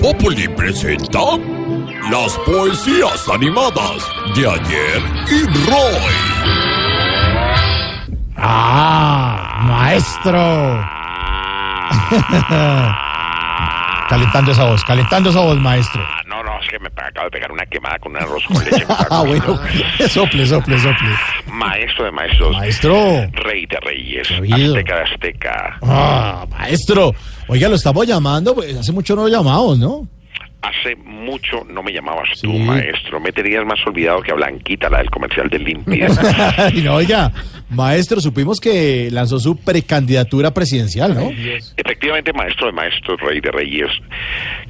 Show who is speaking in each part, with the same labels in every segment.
Speaker 1: Populi presenta las poesías animadas de ayer y Roy.
Speaker 2: ¡Ah! ¡Maestro! calentando esa voz, calentando esa voz, maestro.
Speaker 3: Ah, No, no, es que me pe- acabo de pegar una quemada con un arroz con leche. que estaba
Speaker 2: Ah, bueno.
Speaker 3: comiendo.
Speaker 2: Sople, sople, sople.
Speaker 3: Maestro de maestros,
Speaker 2: Maestro.
Speaker 3: rey de reyes,
Speaker 2: Sabido.
Speaker 3: azteca de azteca.
Speaker 2: Ah, maestro. Oiga, lo estamos llamando, pues hace mucho no lo llamamos, ¿no?
Speaker 3: Hace mucho no me llamabas
Speaker 2: Sí.
Speaker 3: tú, maestro. Me tenías más olvidado que a Blanquita, la del comercial de Limpia.
Speaker 2: Y no, oiga, maestro, supimos que lanzó su precandidatura presidencial, ¿no?
Speaker 3: Efectivamente, maestro de maestros, rey de reyes,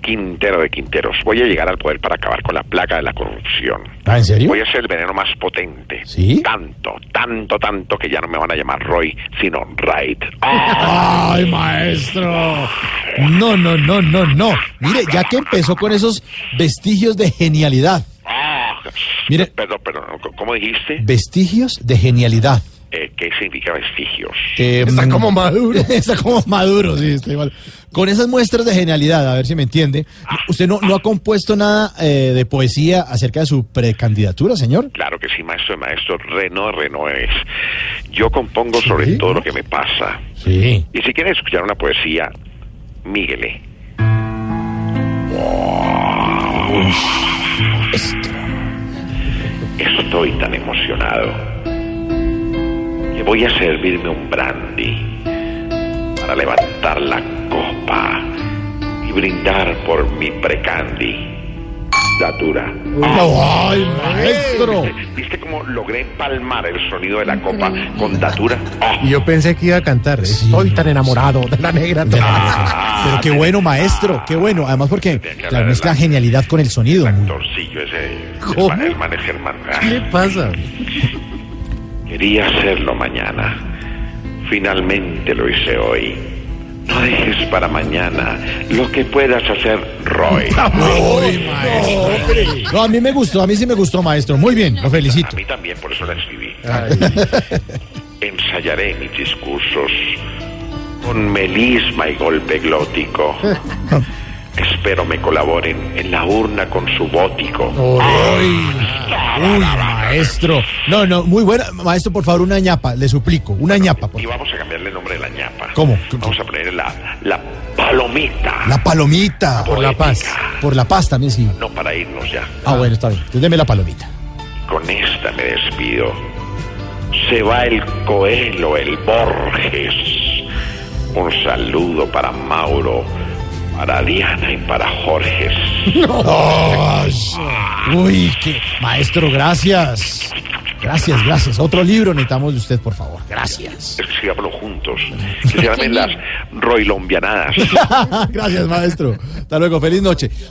Speaker 3: Quintero de Quinteros. Voy a llegar al poder para acabar con la plaga de la corrupción.
Speaker 2: Ah, ¿en serio?
Speaker 3: Voy a ser el veneno más potente.
Speaker 2: ¿Sí?
Speaker 3: Tanto, tanto, tanto que ya no me van a llamar Roy, sino Raid. ¡Ah!
Speaker 2: ¡Ay, maestro! No, no, no, no, no. Mire, ya que empezó con esos vestigios de genialidad.
Speaker 3: Ah.
Speaker 2: Mire.
Speaker 3: Perdón, perdón, ¿cómo dijiste?
Speaker 2: Vestigios de genialidad.
Speaker 3: Eh, ¿Qué significa vestigios?
Speaker 2: está como maduro. Está como maduro, sí, está igual. Con esas muestras de genialidad, a ver si me entiende. ¿Usted no, no ha compuesto nada eh, de poesía acerca de su precandidatura, señor?
Speaker 3: Claro que sí, maestro de maestro, Reno de Reno es. Yo compongo sobre
Speaker 2: Sí.
Speaker 3: todo lo que me pasa.
Speaker 2: Sí.
Speaker 3: Y si quieres escuchar una poesía, míguele. Estoy tan emocionado que voy a servirme un brandy para levantar la copa y brindar por mi precandy. Datura.
Speaker 2: ¡Ay, maestro!
Speaker 3: Este, ¿Viste cómo logré empalmar el sonido de la copa con datura? Ah.
Speaker 4: Y yo pensé que iba a cantar. Estoy tan enamorado de la negra.
Speaker 2: Ah. Pero qué bueno, maestro, qué bueno. Además, porque la mezcla genialidad con el sonido.
Speaker 3: Torcillo ese.
Speaker 2: ¿Cómo?
Speaker 3: El, ma- el man es Germán. Ah,
Speaker 4: ¿Qué pasa?
Speaker 3: Quería hacerlo mañana. Finalmente lo hice hoy. No dejes para mañana lo que puedas hacer, Roy.
Speaker 2: No, a mí me gustó, a mí sí me gustó, maestro. Muy bien, lo
Speaker 3: A
Speaker 2: felicito.
Speaker 3: mí también, por eso la escribí.
Speaker 4: Ay,
Speaker 3: Ensayaré mis discursos con melisma y golpe glótico. Espero me colaboren en la urna con su bótico.
Speaker 2: Uy, maestro. No, no, muy buena. Maestro, por favor, una ñapa, le suplico. Una ñapa, por
Speaker 3: Y
Speaker 2: favor.
Speaker 3: vamos a cambiarle el nombre de la ñapa.
Speaker 2: ¿Cómo?
Speaker 3: Vamos a poner la, la palomita.
Speaker 2: La palomita.
Speaker 3: Por la paz.
Speaker 2: Por la paz también, sí.
Speaker 3: No para irnos ya.
Speaker 2: Ah, bueno, está bien. Entonces, deme la palomita.
Speaker 3: Con esta me despido. Se va el Coelho, el Borges. Un saludo para Mauro, para Diana y para Jorge.
Speaker 2: Uy, qué. Maestro, gracias. Gracias, gracias. Otro libro necesitamos de usted, por favor. Gracias.
Speaker 3: Es que sigámoslo juntos. Que se llamen las Roilombianadas.
Speaker 2: gracias, maestro. Hasta luego. Feliz noche.